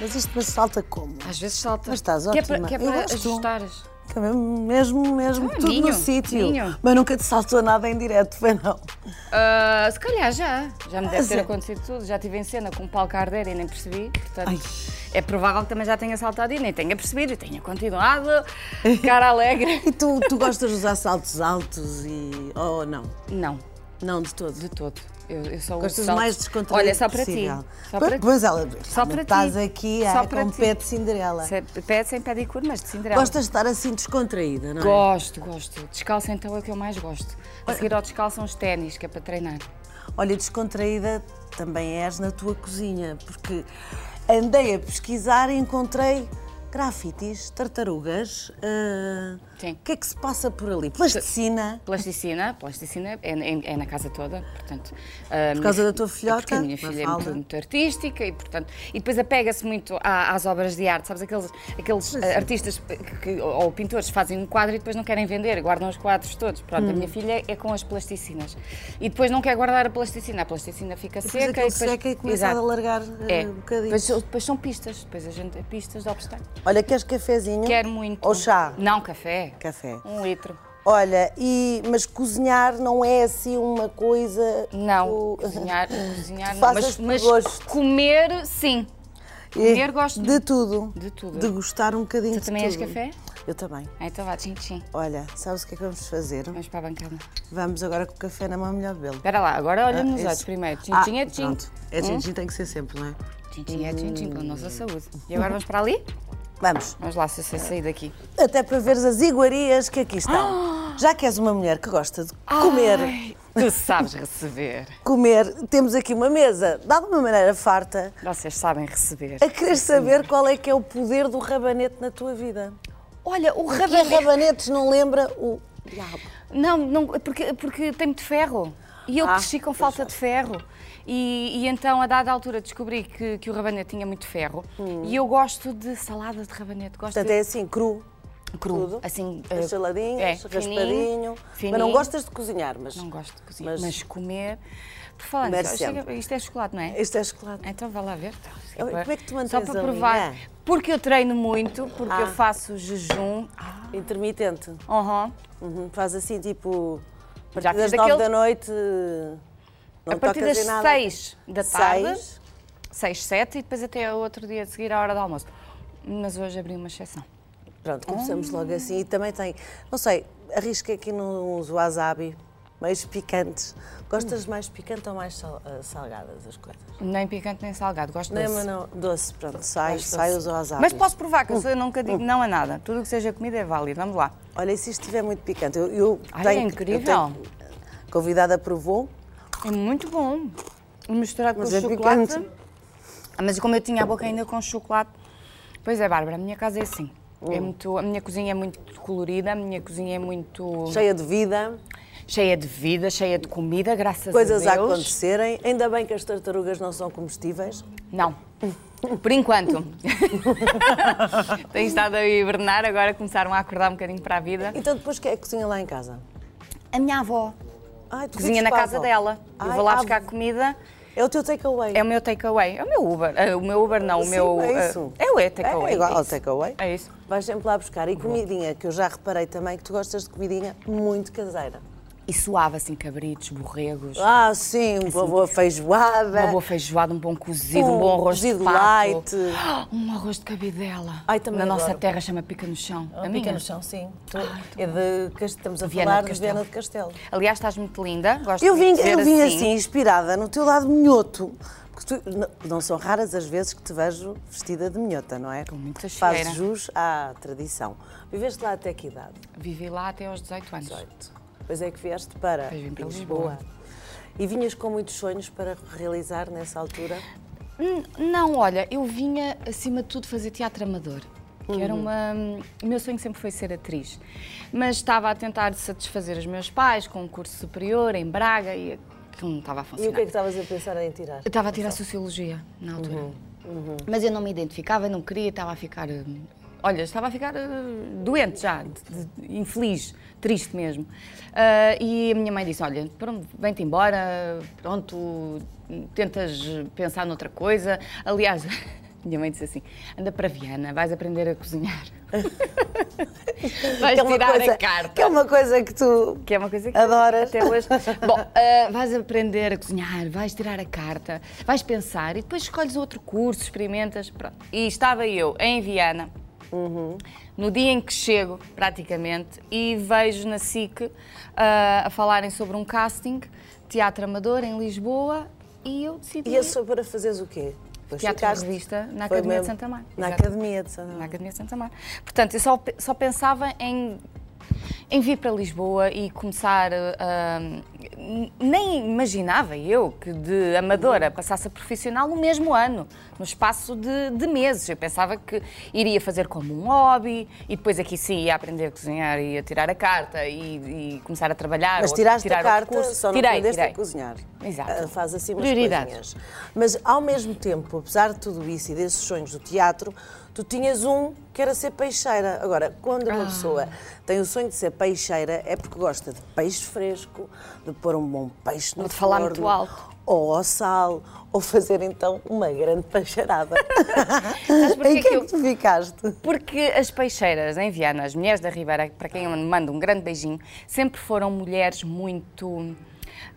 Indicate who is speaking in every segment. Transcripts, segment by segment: Speaker 1: Mas isto depois salta como?
Speaker 2: Às vezes salta.
Speaker 1: Mas estás
Speaker 2: que é
Speaker 1: ótima.
Speaker 2: para, que é
Speaker 1: Eu
Speaker 2: para
Speaker 1: gosto.
Speaker 2: ajustares.
Speaker 1: Que é Mesmo, mesmo, mesmo
Speaker 2: Ah,
Speaker 1: tudo
Speaker 2: ninho,
Speaker 1: no sítio.
Speaker 2: ninho.
Speaker 1: Mas nunca te saltou nada em direto, foi não?
Speaker 2: Ah, se calhar já. Já me
Speaker 1: Ah,
Speaker 2: deve ter
Speaker 1: sério?
Speaker 2: acontecido tudo. Já estive em cena com o Paulo Cardeira e nem percebi. Portanto,
Speaker 1: Ai.
Speaker 2: é provável que também já tenha saltado e nem tenha percebido e tenha continuado. Cara alegre.
Speaker 1: E tu, tu gostas de usar saltos altos e. ou não?
Speaker 2: Não,
Speaker 1: Não, de todo.
Speaker 2: de todo. Eu, eu só uso
Speaker 1: Gostas
Speaker 2: saltos.
Speaker 1: mais descontraído
Speaker 2: Olha, só para
Speaker 1: possível.
Speaker 2: ti. Só para ti.
Speaker 1: Pois ela,
Speaker 2: Só para ti.
Speaker 1: estás aqui
Speaker 2: Só
Speaker 1: ai,
Speaker 2: para
Speaker 1: com
Speaker 2: ti.
Speaker 1: pé de Cinderela.
Speaker 2: Se- é Pé sem pé de cor, mas de Cinderela.
Speaker 1: Gostas de estar assim descontraída, não é?
Speaker 2: Gosto, gosto. Descalço então é o que eu mais gosto. A seguir ao descalço são os ténis, que é para treinar.
Speaker 1: Olha, descontraída também és na tua cozinha, porque andei a pesquisar e encontrei grafites, tartarugas. ah,
Speaker 2: Sim.
Speaker 1: O que é que se passa por ali? Plasticina.
Speaker 2: Plasticina, plasticina é, é- é na casa toda, portanto. a minha
Speaker 1: causa
Speaker 2: fi-
Speaker 1: da tua filhota,
Speaker 2: Porque a minha filha é
Speaker 1: Mafalda?
Speaker 2: muito, muito artística e, portanto. E depois apega-se muito à- às obras de arte, sabes? Aqueles, aqueles ah,
Speaker 1: é.
Speaker 2: artistas que- que- ou pintores que fazem um quadro e depois não querem vender, guardam os quadros todos. Pronto, a
Speaker 1: Hum.
Speaker 2: minha filha é com as plasticinas. E depois não quer guardar a plasticina, a plasticina fica
Speaker 1: Depois
Speaker 2: seca
Speaker 1: aquilo seca e começa
Speaker 2: Exato.
Speaker 1: a alargar
Speaker 2: É,
Speaker 1: um bocadinho.
Speaker 2: depois, depois são pistas, depois a gente. pistas de obstáculo.
Speaker 1: Olha, queres cafezinho?
Speaker 2: Quero muito.
Speaker 1: Hum? Ou chá?
Speaker 2: Não, café.
Speaker 1: Café.
Speaker 2: Um litro.
Speaker 1: Olha, e, mas cozinhar não é assim uma coisa.
Speaker 2: Não,
Speaker 1: tu-
Speaker 2: cozinhar, cozinhar não.
Speaker 1: Fazes
Speaker 2: Mas,
Speaker 1: por
Speaker 2: mas
Speaker 1: gosto.
Speaker 2: comer, sim. Comer, gosto
Speaker 1: de tudo.
Speaker 2: de tudo.
Speaker 1: De gostar um bocadinho
Speaker 2: Tu
Speaker 1: de
Speaker 2: também és
Speaker 1: tudo.
Speaker 2: café?
Speaker 1: Eu também.
Speaker 2: Ah, então vá, tchim, tchim.
Speaker 1: Olha, sabes o que é que vamos fazer?
Speaker 2: Vamos para a bancada.
Speaker 1: Vamos agora com o café na mão é melhor belo.
Speaker 2: Espera lá, agora olha-me nos
Speaker 1: esse-
Speaker 2: olhos primeiro. Tchim,
Speaker 1: Ah,
Speaker 2: tchim é tchim.
Speaker 1: Pronto. Hum. É tchim, tchim tem que ser sempre, não é?
Speaker 2: Tchim, tchim é tchim, tchim, pela nossa saúde. E agora vamos para ali?
Speaker 1: Vamos.
Speaker 2: Vamos lá, se eu sei sair daqui.
Speaker 1: Até para veres as iguarias que aqui estão. Já que és uma mulher que gosta de comer,
Speaker 2: Ah! Ai, tu sabes receber.
Speaker 1: comer, temos aqui uma mesa, de alguma maneira farta,
Speaker 2: Vocês sabem receber.
Speaker 1: a querer saber qual é que é o poder do rabanete na tua vida.
Speaker 2: Olha, o
Speaker 1: Quem
Speaker 2: rabanete.
Speaker 1: rabanetes não lembra o diabo?
Speaker 2: Não, não porque, porque tem muito ferro. E
Speaker 1: Ah,
Speaker 2: eu cresci com falta
Speaker 1: é.
Speaker 2: de ferro. E, e então, a dada altura, descobri que, que o rabanete tinha muito ferro. E eu gosto de salada de rabanete. Gosto
Speaker 1: Hum. Portanto, é assim, cru.
Speaker 2: de cru.
Speaker 1: tudo.
Speaker 2: Assim, eh,
Speaker 1: Ensaladinhas,
Speaker 2: é, fininho,
Speaker 1: raspadinho. Mas não
Speaker 2: fininho.
Speaker 1: gostas de cozinhar, mas
Speaker 2: Não gosto de cozinhar.
Speaker 1: Mas-
Speaker 2: Mas, comer. Por falar
Speaker 1: Comer
Speaker 2: nisso,
Speaker 1: sempre.
Speaker 2: chega- isto é chocolate, não é?
Speaker 1: este é chocolate.
Speaker 2: Então vá lá ver. Então,
Speaker 1: Eu- como é que tu mantens
Speaker 2: Só para
Speaker 1: a linha?
Speaker 2: provar. Porque eu treino muito, porque
Speaker 1: Ah.
Speaker 2: eu faço jejum. Ah,
Speaker 1: Intermitente.
Speaker 2: aham.
Speaker 1: Uhum, Faz assim, tipo, a
Speaker 2: Já
Speaker 1: partir
Speaker 2: fiz
Speaker 1: das nove
Speaker 2: daquele-
Speaker 1: da noite, não
Speaker 2: a partir
Speaker 1: tocas
Speaker 2: das
Speaker 1: em nada.
Speaker 2: 6 da tarde.
Speaker 1: Seis.
Speaker 2: 6, 7 e depois até ao outro dia a seguir à hora do almoço. Mas hoje abri uma exceção.
Speaker 1: Pronto, começamos
Speaker 2: Ah.
Speaker 1: logo assim. E também tem, não sei, arrisca aqui nos wasabi, meios picantes. Gostas mais picante ou mais sal- ah, salgadas as coisas?
Speaker 2: Nem picante nem salgado, gosto
Speaker 1: Não é,
Speaker 2: doce.
Speaker 1: mas não. Doce, pronto, sai,
Speaker 2: Gosto
Speaker 1: sai
Speaker 2: doce.
Speaker 1: os wasabi.
Speaker 2: Mas posso provar que eu, sou- eu nunca digo
Speaker 1: Uh.
Speaker 2: não a nada. Tudo o que seja comida é válido. Vamos lá.
Speaker 1: Olha, e se isto estiver muito picante? Eu, eu
Speaker 2: Ai,
Speaker 1: tenho,
Speaker 2: é
Speaker 1: eu
Speaker 2: incrível.
Speaker 1: tenho- convidada provou.
Speaker 2: É muito bom. Misturado
Speaker 1: Mas
Speaker 2: com
Speaker 1: é
Speaker 2: chocolate.
Speaker 1: picante.
Speaker 2: Ah, Mas como eu tinha a boca ainda com chocolate. Pois é, Bárbara, a minha casa é assim.
Speaker 1: Hum.
Speaker 2: É muito, a minha cozinha é muito colorida, a minha cozinha é muito
Speaker 1: Cheia de vida,
Speaker 2: cheia de vida, cheia de comida, graças
Speaker 1: coisas a
Speaker 2: a Deus.
Speaker 1: acontecerem. Ainda bem que as tartarugas não são comestíveis.
Speaker 2: Não. Por enquanto. Tenho estado a hibernar, agora começaram a acordar um bocadinho para a vida.
Speaker 1: Então depois que é que cozinha lá em casa?
Speaker 2: A minha avó
Speaker 1: Ai, tu
Speaker 2: cozinha
Speaker 1: vives
Speaker 2: na
Speaker 1: para a
Speaker 2: casa
Speaker 1: avó.
Speaker 2: dela. Eu
Speaker 1: Ai,
Speaker 2: vou lá
Speaker 1: a
Speaker 2: buscar
Speaker 1: avó.
Speaker 2: comida.
Speaker 1: É o teu takeaway.
Speaker 2: É o meu takeaway. É o meu Uber. Ah, O meu Uber não, o
Speaker 1: Sim,
Speaker 2: meu.
Speaker 1: é
Speaker 2: ah,
Speaker 1: isso.
Speaker 2: É o é takeaway.
Speaker 1: É igual ao
Speaker 2: isso.
Speaker 1: takeaway.
Speaker 2: É isso.
Speaker 1: Vais sempre lá buscar. E comidinha, que eu já reparei também que tu gostas de comidinha muito caseira.
Speaker 2: E suave assim, cabritos, borregos.
Speaker 1: Ah, sim, uma boa feijoada.
Speaker 2: É assim. Uma boa feijoada, um bom cozido,
Speaker 1: Um
Speaker 2: um bom arroz de
Speaker 1: cozido
Speaker 2: pato.
Speaker 1: light.
Speaker 2: Ah, Um arroz de cabidela.
Speaker 1: Ai, também
Speaker 2: Na nossa
Speaker 1: adoro.
Speaker 2: terra chama pica no chão.
Speaker 1: Ah,
Speaker 2: a minha.
Speaker 1: pica no chão, sim. Tu- é de, Cast- estamos a
Speaker 2: Viana
Speaker 1: falar
Speaker 2: do
Speaker 1: de
Speaker 2: Castelo.
Speaker 1: Viana de Castelo.
Speaker 2: Aliás, estás muito linda. Gosto
Speaker 1: Eu vim,
Speaker 2: muito de ver
Speaker 1: eu vim assim. inspirada no teu lado minhoto. Porque tu- n- não são raras as vezes que te vejo vestida de minhota, não é?
Speaker 2: Com muita
Speaker 1: Fazes
Speaker 2: cheira.
Speaker 1: jus à tradição. Viveste lá até que idade?
Speaker 2: Vivi lá até aos 18 anos.
Speaker 1: 18. Pois é que vieste para
Speaker 2: Depois vim para
Speaker 1: Lisboa. E vinhas com muitos sonhos para realizar nessa altura?
Speaker 2: Hum, Não, olha, eu vinha acima de tudo fazer teatro amador. Que era uma. O meu sonho sempre foi ser atriz. Mas estava a tentar satisfazer os meus pais com um curso superior em Braga e aquilo não estava a
Speaker 1: E o que
Speaker 2: funcionar.
Speaker 1: é que estavas a pensar em tirar?
Speaker 2: Eu estava a tirar sociologia na
Speaker 1: Uhum,
Speaker 2: altura. Mas eu não me identificava, não queria, estava a ficar. hum, Olha, estava a ficar hum, doente já, de- de- infeliz, triste mesmo. Ah, e a minha mãe disse: Olha, pronto, vem-te embora, pronto, tentas pensar noutra coisa. Aliás, Minha mãe disse assim: anda para Viana, vais aprender a cozinhar. vais
Speaker 1: Que é uma
Speaker 2: tirar
Speaker 1: coisa-
Speaker 2: a carta.
Speaker 1: Que é uma coisa que tu.
Speaker 2: Que é uma coisa que
Speaker 1: Adoras.
Speaker 2: até hoje. Bom, ah, vais aprender a cozinhar, vais tirar a carta, vais pensar e depois escolhes outro curso, experimentas. Pronto. E estava eu em Viana,
Speaker 1: Uhum.
Speaker 2: no dia em que chego, praticamente, e vejo na SIC ah, a falarem sobre um casting, teatro amador em Lisboa, e eu decidi.
Speaker 1: E a sua para fazeres o quê? Pois
Speaker 2: é Teatro
Speaker 1: ficaste-
Speaker 2: Revista, na
Speaker 1: Foi
Speaker 2: Academia de
Speaker 1: mesmo.
Speaker 2: Santa Mar.
Speaker 1: Na
Speaker 2: Exato.
Speaker 1: Academia de Santa
Speaker 2: na
Speaker 1: Mar.
Speaker 2: Academia de Santa Mar. Portanto, eu só, pe- só pensava em, em vir para Lisboa e começar. ah, n- nem imaginava eu que de amadora passasse a profissional no mesmo ano, no espaço de, de meses. Eu pensava que iria fazer como um hobby e depois aqui sim ia aprender a cozinhar, ia tirar a carta e, e começar a trabalhar.
Speaker 1: Mas
Speaker 2: ou
Speaker 1: tiraste
Speaker 2: tirar
Speaker 1: a
Speaker 2: outro
Speaker 1: carta,
Speaker 2: curso.
Speaker 1: só não
Speaker 2: tirei,
Speaker 1: aprendeste
Speaker 2: tirei.
Speaker 1: a cozinhar.
Speaker 2: Exato.
Speaker 1: Ah, Faz assim umas
Speaker 2: Prioridades.
Speaker 1: coisinhas. Mas ao mesmo tempo, apesar de tudo isso e desses sonhos do teatro, tu tinhas um que era ser peixeira. Agora, quando
Speaker 2: Ah.
Speaker 1: uma pessoa tem o sonho de ser peixeira, é porque gosta de peixe fresco, de pôr um bom peixe no
Speaker 2: Ou de falar
Speaker 1: forno,
Speaker 2: muito alto.
Speaker 1: Ou ao sal, ou fazer então uma grande peixeirada.
Speaker 2: porquê
Speaker 1: em que
Speaker 2: que
Speaker 1: é
Speaker 2: eu-
Speaker 1: que tu ficaste?
Speaker 2: Porque as peixeiras em Viana, as mulheres da Ribeira, para quem eu mando um grande beijinho, sempre foram mulheres muito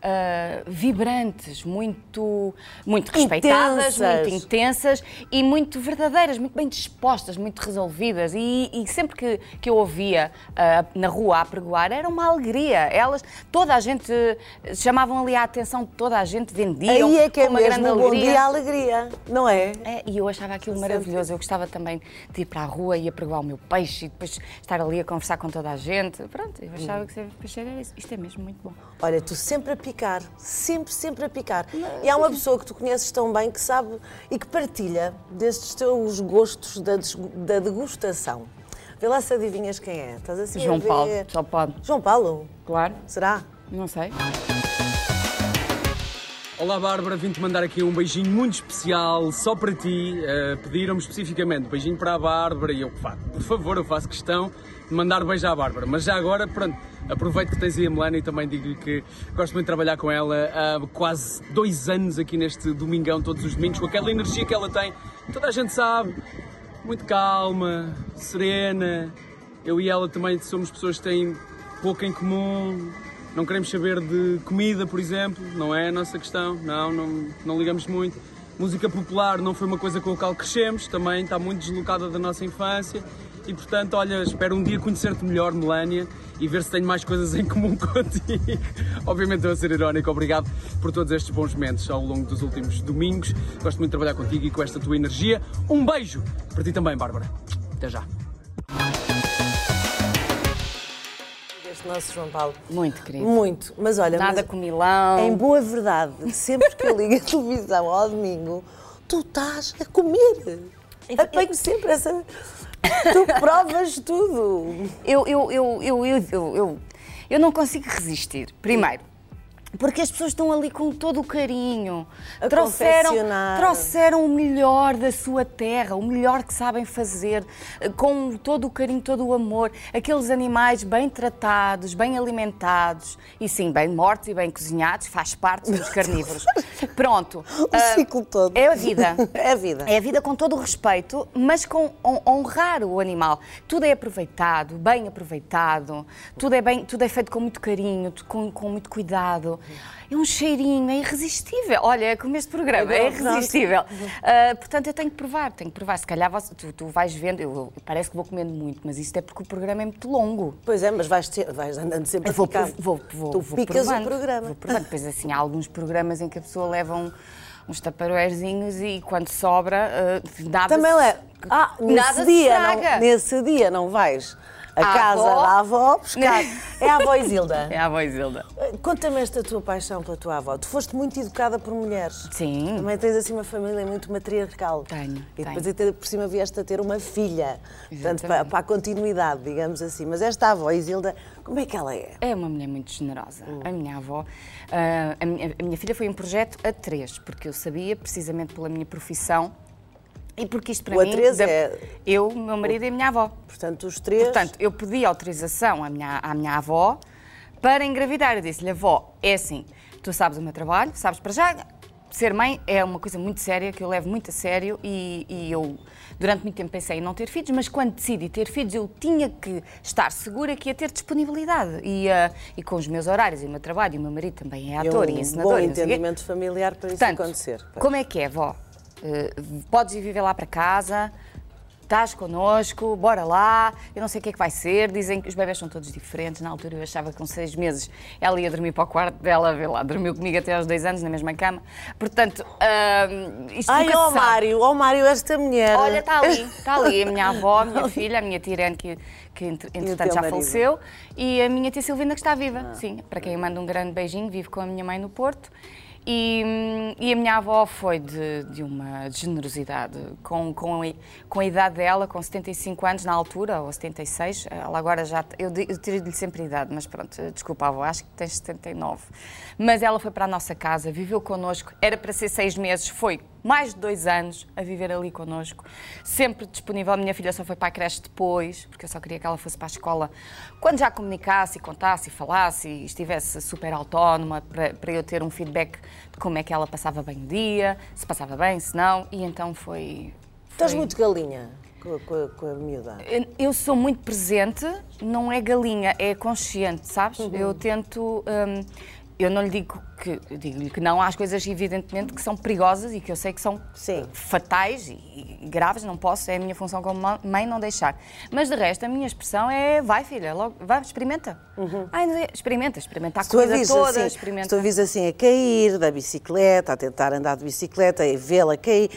Speaker 2: ah, vibrantes, muito, muito respeitadas,
Speaker 1: Intensas.
Speaker 2: muito intensas e muito verdadeiras, muito bem dispostas, muito resolvidas. E, e sempre que, que eu ouvia ah, na rua a pregoar, era uma alegria. Elas, toda a gente, eh, chamavam ali a atenção de toda a gente, vendiam
Speaker 1: Aí é que é
Speaker 2: com uma
Speaker 1: mesmo
Speaker 2: grande
Speaker 1: um bom
Speaker 2: alegria.
Speaker 1: dia a alegria, não é?
Speaker 2: É, e eu achava aquilo maravilhoso. Eu gostava também de ir para a rua e apregoar o meu peixe e depois estar ali a conversar com toda a gente. Pronto, eu
Speaker 1: Hum.
Speaker 2: achava que ser peixeira era isso. Isto é mesmo muito bom.
Speaker 1: Olha, tu sempre a picar, sempre, sempre a picar. E há
Speaker 2: é.
Speaker 1: uma pessoa que tu conheces tão bem que sabe e que partilha destes teus gostos da, des- da degustação. Vê lá se adivinhas quem é. Estás assim a
Speaker 2: João
Speaker 1: ver-
Speaker 2: Paulo, só pode.
Speaker 1: João Paulo?
Speaker 2: Claro,
Speaker 1: Será?
Speaker 2: não sei.
Speaker 3: Olá Bárbara, vim-te mandar aqui um beijinho muito especial, só para ti. Eh, Pediram-me especificamente um beijinho para a Bárbara e eu, pá, por favor, eu faço questão de mandar beijo à Bárbara. Mas já agora, pronto, aproveito que tens aí a Melana e também digo-lhe que gosto muito de trabalhar com ela há quase dois anos aqui neste domingão, todos os domingos, com aquela energia que ela tem, toda a gente sabe, muito calma, serena. Eu e ela também somos pessoas que têm pouco em comum, não queremos saber de comida, por exemplo, não é a nossa questão, não, não, não ligamos muito. Música popular não foi uma coisa com a qual crescemos, também está muito deslocada da nossa infância. E portanto, olha, espero um dia conhecer-te melhor, Melania, e ver se tenho mais coisas em comum contigo. Obviamente estou a ser irónico, obrigado por todos estes bons momentos ao longo dos últimos domingos. Gosto muito de trabalhar contigo e com esta tua energia. Um beijo para ti também, Bárbara. Até já.
Speaker 1: Este nosso João Paulo.
Speaker 2: Muito querido.
Speaker 1: Muito, mas olha,
Speaker 2: Nada
Speaker 1: mas-
Speaker 2: com Milão.
Speaker 1: Em boa verdade, sempre que eu ligo a televisão ao domingo, tu estás a comer.
Speaker 2: É,
Speaker 1: Apanho sempre essa. Tu provas tudo.
Speaker 2: eu, eu, eu, eu, eu, eu, eu, eu não consigo resistir. Primeiro, porque as pessoas estão ali com todo o carinho.
Speaker 1: A
Speaker 2: trouxeram,
Speaker 1: confeccionar.
Speaker 2: trouxeram o melhor da sua terra, o melhor que sabem fazer, eh, com todo o carinho, todo o amor. Aqueles animais bem tratados, bem alimentados e sim, bem mortos e bem cozinhados, faz parte dos carnívoros. Pronto.
Speaker 1: O
Speaker 2: ah,
Speaker 1: ciclo todo.
Speaker 2: É a vida.
Speaker 1: É a vida.
Speaker 2: É a vida com todo o respeito, mas com hon- honrar o animal. Tudo é aproveitado, bem aproveitado, tudo é, bem, tudo é feito com muito carinho, tu- com, com muito cuidado. É um cheirinho, é irresistível. Olha, é como este programa, é
Speaker 1: Adoro, adoro.
Speaker 2: irresistível. Ah, portanto, eu tenho que provar, tenho que provar. Se calhar você- tu, tu vais vendo, eu, parece que vou comendo muito, mas isto é porque o programa é muito longo.
Speaker 1: Pois é, mas vais, ter- vais andando sempre
Speaker 2: Eu vou,
Speaker 1: a picar.
Speaker 2: prov- vou, vou,
Speaker 1: tu
Speaker 2: vou
Speaker 1: picas
Speaker 2: provando,
Speaker 1: o programa.
Speaker 2: Vou provando. Depois, assim, há alguns programas em que a pessoa leva um- uns taparoeirzinhos e quando sobra, eh, nada
Speaker 1: Também
Speaker 2: se-
Speaker 1: é. Ah, nesse
Speaker 2: nada se
Speaker 1: dia, não,
Speaker 2: estraga.
Speaker 1: nesse dia não vais à
Speaker 2: À
Speaker 1: casa
Speaker 2: avó.
Speaker 1: da avó buscar. É a avó Isilda.
Speaker 2: É a avó Isilda.
Speaker 1: Conta-me esta tua paixão pela tua avó. Tu foste muito educada por mulheres.
Speaker 2: Sim.
Speaker 1: Também tens assim uma família muito matriarcal.
Speaker 2: Tenho,
Speaker 1: E depois
Speaker 2: tenho.
Speaker 1: até por cima vieste a ter uma filha. Portanto,
Speaker 2: Exatamente.
Speaker 1: para, para a continuidade, digamos assim. Mas esta avó, Isilda, como é que ela é?
Speaker 2: É uma mulher muito generosa.
Speaker 1: Uh.
Speaker 2: A minha avó, ah, a, minha, a minha filha foi um projeto a três, porque eu sabia, precisamente pela minha profissão, e porque isto para
Speaker 1: O
Speaker 2: mim.
Speaker 1: A3 é-
Speaker 2: Eu, o meu marido e a minha avó.
Speaker 1: Portanto, os três.
Speaker 2: Portanto, eu pedi autorização à minha, à minha avó para engravidar. Eu disse-lhe, avó, é assim, tu sabes o meu trabalho, sabes para já, ser mãe é uma coisa muito séria, que eu levo muito a sério e, e eu durante muito tempo pensei em não ter filhos, mas quando decidi ter filhos eu tinha que estar segura que ia ter disponibilidade e, ah, e com os meus horários e o meu trabalho, e o meu marido também é
Speaker 1: E
Speaker 2: ator
Speaker 1: um
Speaker 2: e ensinador.
Speaker 1: bom
Speaker 2: e não sei o quê.
Speaker 1: entendimento familiar para isso
Speaker 2: Portanto,
Speaker 1: acontecer.
Speaker 2: como é que é, vó? Eh, podes ir viver lá para casa, estás connosco, bora lá, eu não sei o que é que vai ser, dizem que os bebés são todos diferentes, na altura eu achava que com seis meses ela ia dormir para o quarto dela, vê lá, dormiu comigo até aos dois anos na mesma cama, portanto, ah, isto
Speaker 1: Ai, oh,
Speaker 2: nunca
Speaker 1: ó
Speaker 2: se sabe.
Speaker 1: Mário, ó Mário, esta mulher.
Speaker 2: Olha, está ali, está ali a minha avó, a minha filha, a minha tia Irene, que, que entre- entretanto
Speaker 1: teu
Speaker 2: já
Speaker 1: marido? Ah.
Speaker 2: faleceu, e a minha tia Silvina, que está viva. Sim, para quem manda um grande beijinho, vive com a minha mãe no Porto. E, hum, e a minha avó foi de, de uma generosidade, com, com, a- com a idade dela, com 75 anos na altura, ou 76, ela agora já. t- Eu, di- eu tiro-lhe sempre a idade, mas pronto, eh, desculpa, avó, acho que tens 79. Mas ela foi para a nossa casa, viveu connosco, era para ser seis meses, foi mais de dois anos a viver ali connosco, sempre disponível. A minha filha só foi para a creche depois, porque eu só queria que ela fosse para a escola quando já comunicasse, e contasse, e falasse e estivesse super autónoma para, para eu ter um feedback de como é que ela passava bem o dia, se passava bem, se não. E então foi.
Speaker 1: Estás
Speaker 2: foi-
Speaker 1: muito galinha com, a- com a- com a miúda.
Speaker 2: eu sou muito presente, não é galinha, é consciente, sabes?
Speaker 1: Uhum.
Speaker 2: Eu tento. hum, eu não lhe digo que. eu Digo-lhe que não. Há as coisas, evidentemente, que são perigosas e que eu sei que são
Speaker 1: Sim.
Speaker 2: fatais e, e graves, não posso, é a minha função como ma- mãe não deixar. Mas de resto, a minha expressão é: vai, filha, logo, vai, experimenta. Ai, não sei, experimenta, experimenta a
Speaker 1: Uhum. Se tu
Speaker 2: coisa
Speaker 1: avisas
Speaker 2: toda,
Speaker 1: assim, se tu
Speaker 2: experimenta.
Speaker 1: avisas assim a cair da bicicleta, a tentar andar de bicicleta e vê-la cair,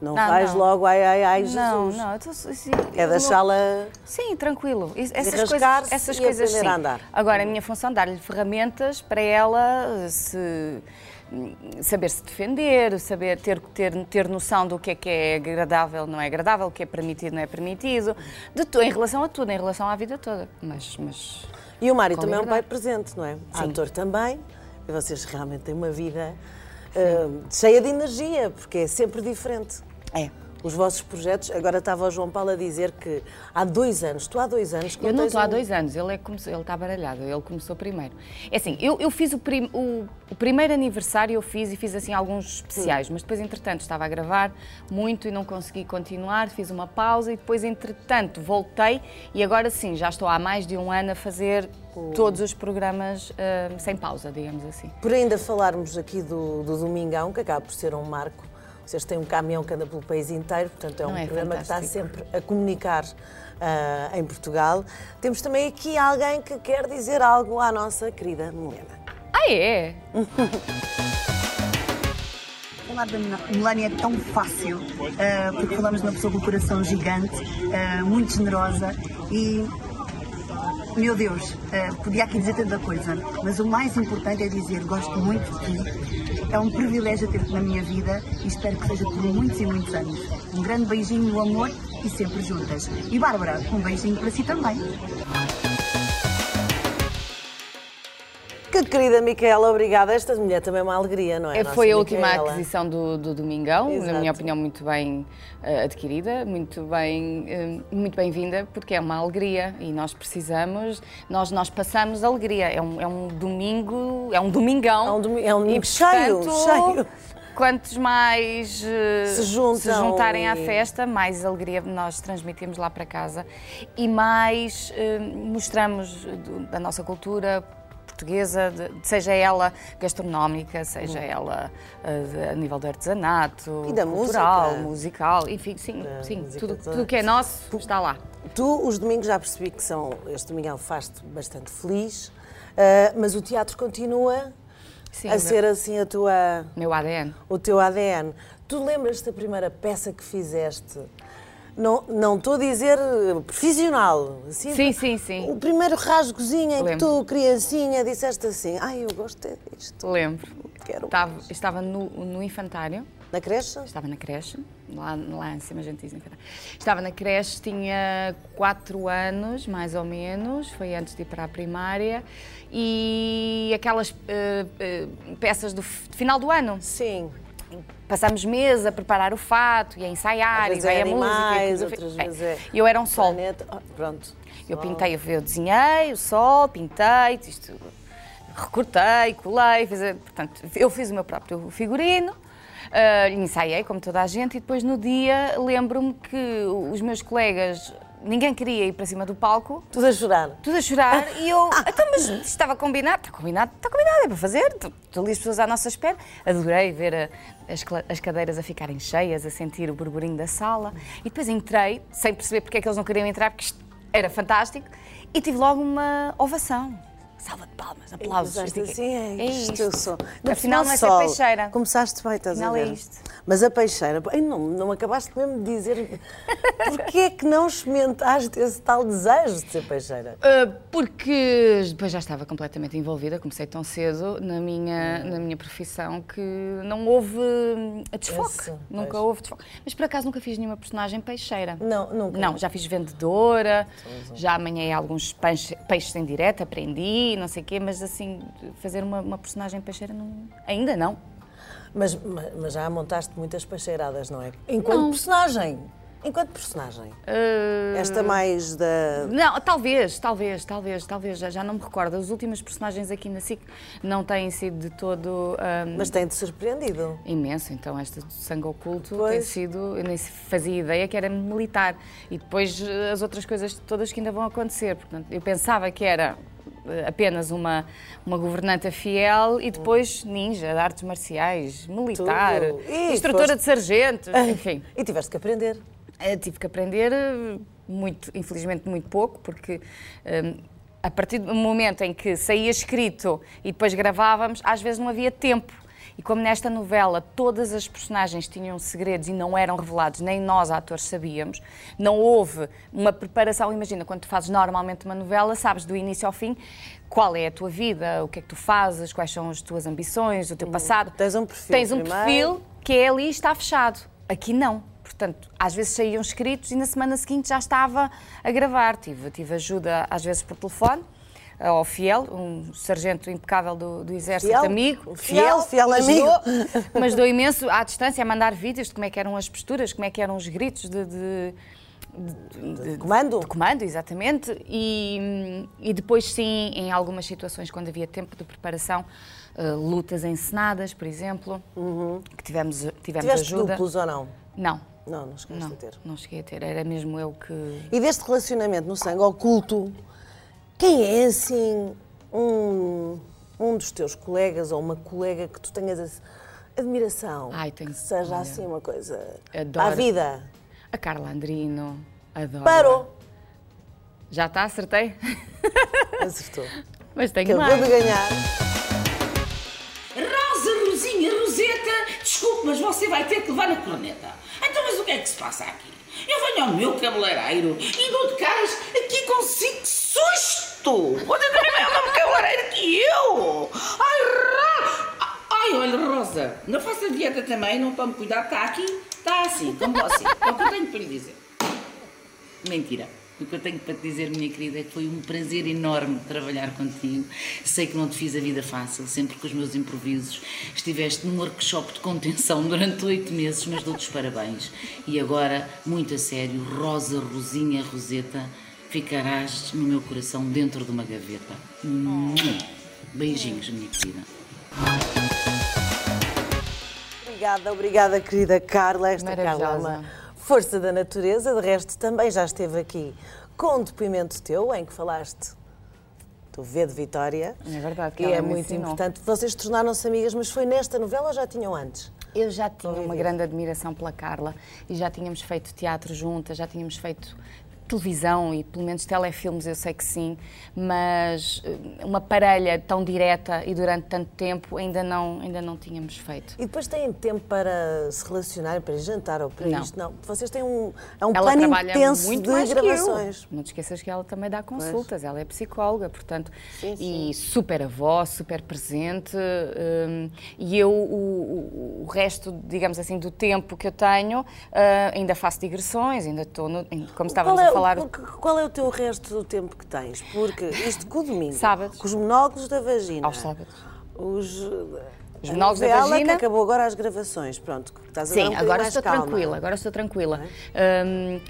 Speaker 1: não,
Speaker 2: Não,
Speaker 1: vais
Speaker 2: não.
Speaker 1: logo, ai, ai, ai, Jesus.
Speaker 2: Não, não, eu tô, assim,
Speaker 1: É
Speaker 2: eu não-
Speaker 1: deixá-la.
Speaker 2: Sim, tranquilo. Is- Essas coisas,
Speaker 1: rasgar-se
Speaker 2: essas
Speaker 1: e
Speaker 2: coisas sim.
Speaker 1: aprender a andar.
Speaker 2: Agora, a minha função é dar-lhe ferramentas para ela eh, se saber se defender, saber ter, ter, ter noção do que é que é agradável, não é agradável, o que é permitido, não é permitido, de tu, em relação a tudo, em relação à vida toda. Mas, mas
Speaker 1: E o Mário
Speaker 2: Com
Speaker 1: também é um pai
Speaker 2: liberdade.
Speaker 1: presente, não é? Ator também. E vocês realmente têm uma vida ah, cheia de energia, porque é sempre diferente.
Speaker 2: é.
Speaker 1: Os vossos projetos, agora estava o João Paulo a dizer que há dois anos, tu há dois anos que
Speaker 2: Eu não
Speaker 1: tens
Speaker 2: estou há
Speaker 1: um-
Speaker 2: dois anos, ele, é que começou- ele está baralhado, ele começou primeiro. É assim, eu, eu fiz o, prim- o- o primeiro aniversário, eu fiz e fiz assim alguns especiais, mas depois entretanto estava a gravar muito e não consegui continuar, fiz uma pausa e depois entretanto voltei e agora sim, já estou há mais de um ano a fazer todos os programas ah, sem pausa, digamos assim.
Speaker 1: Por ainda falarmos aqui do, do Domingão, que acaba por ser um marco, vocês têm um caminhão que anda pelo país inteiro, portanto é um
Speaker 2: Não é
Speaker 1: programa que está
Speaker 2: fantástico?
Speaker 1: sempre a comunicar ah, em Portugal. Temos também aqui alguém que quer dizer algo à nossa querida Melena.
Speaker 2: Ah é?
Speaker 4: Falar da Melania é tão fácil, ah, porque falamos de uma pessoa com o coração gigante, ah, muito generosa e, meu Deus, ah, podia aqui dizer tanta coisa, mas o mais importante é dizer gosto muito de ti, é um privilégio ter-te na minha vida e espero que seja por muitos e muitos anos. Um grande beijinho no amor e sempre juntas. E Bárbara, um beijinho para si também.
Speaker 1: Que querida Micaela, obrigada. Esta mulher também é uma alegria, não é?
Speaker 2: É,
Speaker 1: nossa
Speaker 2: foi a última
Speaker 1: Micaela?
Speaker 2: aquisição do, do Domingão, na
Speaker 1: Exato.
Speaker 2: minha opinião, muito bem eh, adquirida, muito bem, eh, muito bem-vinda, porque é uma alegria e nós precisamos, nós, nós passamos alegria. É um, é um domingo, é um domingão.
Speaker 1: É um domi- é um domingo
Speaker 2: e, portanto,
Speaker 1: cheio, cheio.
Speaker 2: Quantos mais eh,
Speaker 1: Se juntam
Speaker 2: juntarem à
Speaker 1: e-
Speaker 2: festa, mais alegria nós transmitimos lá para casa e mais eh, mostramos do- da nossa cultura portuguesa, de- seja ela gastronómica, seja ela eh, de- a nível do artesanato,
Speaker 1: Hum. E da
Speaker 2: cultural,
Speaker 1: música.
Speaker 2: musical, enfim, sim, sim
Speaker 1: música
Speaker 2: tudo
Speaker 1: toda.
Speaker 2: tudo o que é nosso está lá.
Speaker 1: Tu, os domingos, já percebi que são. Este domingão faz-te bastante feliz, ah, mas o teatro continua
Speaker 2: Sim,
Speaker 1: a
Speaker 2: meu-
Speaker 1: ser assim a tua.
Speaker 2: meu ADN.
Speaker 1: o teu ADN. Tu lembras da primeira peça que fizeste? Não não estou a dizer eh, profissional. Assim,
Speaker 2: Sim, sim, sim.
Speaker 1: O primeiro rasgozinho em que
Speaker 2: Lembro.
Speaker 1: tu, criancinha, disseste assim: Ai, eu gosto é disto.
Speaker 2: Lembro.
Speaker 1: Quero.
Speaker 2: Estava, estava no, no infantário,
Speaker 1: Na creche?
Speaker 2: estava na creche, lá, lá em cima a gente diz infantário. Estava na creche, tinha 4 anos, mais ou menos, foi antes de ir para a primária, e aquelas eh, eh, peças do f- final do ano.
Speaker 1: Sim.
Speaker 2: Passámos meses a preparar o fato e a ensaiar,
Speaker 1: Às
Speaker 2: e vai
Speaker 1: vezes é
Speaker 2: a música. e
Speaker 1: animais,
Speaker 2: tudo.
Speaker 1: outras
Speaker 2: Bem,
Speaker 1: vezes é
Speaker 2: Eu era um sol.
Speaker 1: planeta. Ah, pronto.
Speaker 2: Eu
Speaker 1: Sol.
Speaker 2: pintei, eu, eu desenhei o sol, pintei, eh, isto, recortei, colei, fiz, a- portanto, eu fiz o meu próprio figurino Ah, ensaiei, como toda a gente, e depois no dia lembro-me que os meus colegas, ninguém queria ir para cima do palco,
Speaker 1: Tudo a chorar.
Speaker 2: tudo a chorar,
Speaker 1: Ah,
Speaker 2: e eu, então, mas isto estava combinado, está combinado, está combinado, é para fazer, estão estão ali as pessoas à nossa espera. Adorei ver a- as, cla- as cadeiras a ficarem cheias, a sentir o burburinho da sala, e depois entrei, sem perceber porque é que eles não queriam entrar, porque isto era fantástico, e tive logo uma ovação. Salva de palmas, aplausos. Eu
Speaker 1: Pensaste
Speaker 2: fiquei,
Speaker 1: assim, é isto, eu sou. No final,
Speaker 2: Afinal, não é ser
Speaker 1: sol,
Speaker 2: peixeira.
Speaker 1: Começaste bem, estás
Speaker 2: Afinal,
Speaker 1: a
Speaker 2: é
Speaker 1: ver.
Speaker 2: isto.
Speaker 1: Mas a peixeira, ai, não, não acabaste mesmo de dizer porquê é que não experimentaste esse tal desejo de ser peixeira?
Speaker 2: Uh, porque depois já estava completamente envolvida, comecei tão cedo na minha,
Speaker 1: Hum.
Speaker 2: na minha profissão que não houve hum, desfoque.
Speaker 1: Esse,
Speaker 2: nunca
Speaker 1: pois.
Speaker 2: houve desfoque. Mas por acaso nunca fiz nenhuma personagem peixeira.
Speaker 1: Não, Então, nunca.
Speaker 2: Não, já fiz vendedora, já amanhei alguns peixe- peixes em direto, aprendi, não sei o quê, mas assim, fazer uma, uma personagem peixeira não- ainda não.
Speaker 1: Mas, mas mas já montaste muitas peixeiradas, não é? Enquanto personagem. Enquanto personagem.
Speaker 2: Uh,
Speaker 1: Esta mais da.
Speaker 2: Não, talvez, talvez, talvez, talvez, já, já não me recordo. As últimas personagens aqui na SIC não têm sido de todo. hum,
Speaker 1: Mas tem-te surpreendido.
Speaker 2: Imenso, então esta do sangue oculto tem
Speaker 1: Pois.
Speaker 2: sido, eu nem se- fazia ideia que era militar. E depois eh, as outras coisas todas que ainda vão acontecer. Portanto, eu pensava que era eh, apenas uma, uma governanta fiel e depois ninja de artes marciais, militar,
Speaker 1: Tudo. E
Speaker 2: instrutora
Speaker 1: foste- Ah.
Speaker 2: de sargentos, enfim.
Speaker 1: E tiveste que aprender.
Speaker 2: Eh, tive que aprender eh, muito, infelizmente muito pouco, porque eh, a partir do momento em que saía escrito e depois gravávamos, às vezes não havia tempo. E como nesta novela todas as personagens tinham segredos e não eram revelados, nem nós atores sabíamos, não houve uma preparação. Imagina, quando tu fazes normalmente uma novela, sabes do início ao fim qual é a tua vida, o que é que tu fazes, quais são as tuas ambições, o teu passado.
Speaker 1: Tens um perfil
Speaker 2: Tens um
Speaker 1: primeiro.
Speaker 2: perfil que é ali e está fechado. Aqui não. Portanto, às vezes saíam escritos e na semana seguinte já estava a gravar. Tive, tive ajuda, às vezes, por telefone, eh, ao fiel, um sargento impecável do, do Exército
Speaker 1: Fiel?
Speaker 2: amigo.
Speaker 1: Fiel, fiel
Speaker 2: mas
Speaker 1: amigo.
Speaker 2: dou- mas dou imenso à distância a mandar vídeos de como é que eram as posturas, como é que eram os gritos de- de
Speaker 1: Comando?
Speaker 2: de comando, exatamente. E, e depois, sim, em algumas situações, quando havia tempo de preparação, eh, lutas encenadas, por exemplo, que tivemos, tivemos
Speaker 1: Uhum. Tiveste
Speaker 2: ajuda.
Speaker 1: duplos ou não?
Speaker 2: Não,
Speaker 1: Não, não chegaste
Speaker 2: não,
Speaker 1: a ter.
Speaker 2: não cheguei a ter. Era mesmo eu que.
Speaker 1: E deste relacionamento no sangue oculto, quem é assim um, um dos teus colegas ou uma colega que tu tenhas assim, admiração?
Speaker 2: Ai, tenho-
Speaker 1: Que seja
Speaker 2: olha,
Speaker 1: assim uma coisa.
Speaker 2: adoro.
Speaker 1: À vida.
Speaker 2: A Carla Andrino, adoro.
Speaker 1: Parou.
Speaker 2: Já está, acertei?
Speaker 1: Acertou.
Speaker 2: Mas tenho
Speaker 1: Acabou
Speaker 2: mais.
Speaker 1: de ganhar.
Speaker 5: Rosa, Rosinha, Roseta, desculpe, mas você vai ter que levar na corneta. Então, mas o que é que se passa aqui? Eu venho ao meu cabeleireiro e dou de caras aqui consigo. Que susto! é Você também vai ao mesmo cabeleireiro que eu! Ai, ra... Ai, olha, Rosa, não faça dieta também, não tome cuidado, está aqui, está assim, como você. É o que eu tenho para lhe dizer. Mentira. O que eu tenho para te dizer, minha querida, é que foi um prazer enorme trabalhar contigo. Sei que não te fiz a vida fácil, sempre com os meus improvisos. Estiveste num workshop de contenção durante oito meses, mas dou-te os parabéns. E agora, muito a sério, Rosa, Rosinha, Roseta, ficarás no meu coração dentro de uma gaveta. Beijinhos, minha querida.
Speaker 1: Obrigada, obrigada, querida Carla. Esta
Speaker 2: Maravilhosa.
Speaker 1: Carla é uma força da natureza. De resto, também já esteve aqui com um depoimento teu em que falaste do V de Vitória.
Speaker 2: É verdade, que
Speaker 1: E
Speaker 2: ela
Speaker 1: é
Speaker 2: me
Speaker 1: muito
Speaker 2: ensinou.
Speaker 1: importante. Vocês tornaram-se amigas, mas foi nesta novela ou já tinham antes?
Speaker 2: Eu já tinha uma grande admiração pela Carla e já tínhamos feito teatro juntas, já tínhamos feito televisão e pelo menos telefilmes, eu sei que sim, mas eh, uma parelha tão direta e durante tanto tempo ainda não, ainda não tínhamos feito.
Speaker 1: E depois têm tempo para se relacionarem, para ir jantar ou para
Speaker 2: Não.
Speaker 1: isto? Não. Vocês têm um, é um
Speaker 2: Ela
Speaker 1: plano
Speaker 2: trabalha
Speaker 1: intenso
Speaker 2: muito
Speaker 1: de
Speaker 2: mais
Speaker 1: gravações.
Speaker 2: Que eu. Não te esqueças que ela também dá consultas, ela é psicóloga, portanto, e super avó, super presente. hum, e eu, o, o- o resto, digamos assim, do tempo que eu tenho, ah, ainda faço digressões, ainda estou, no- em- como estávamos
Speaker 1: Qual é,
Speaker 2: a falar.
Speaker 1: porque- qual é o teu resto do tempo que tens? Porque isto com o domingo,
Speaker 2: Sábados.
Speaker 1: com os monóculos da vagina,
Speaker 2: Aos sábados.
Speaker 1: os,
Speaker 2: Os
Speaker 1: a
Speaker 2: monólogos da
Speaker 1: novela
Speaker 2: vagina.
Speaker 1: que acabou agora as gravações, pronto, que estás
Speaker 2: Sim,
Speaker 1: agora, um bocadinho
Speaker 2: agora
Speaker 1: mais
Speaker 2: estou
Speaker 1: calma. é?
Speaker 2: tranquila, agora estou tranquila. Hum,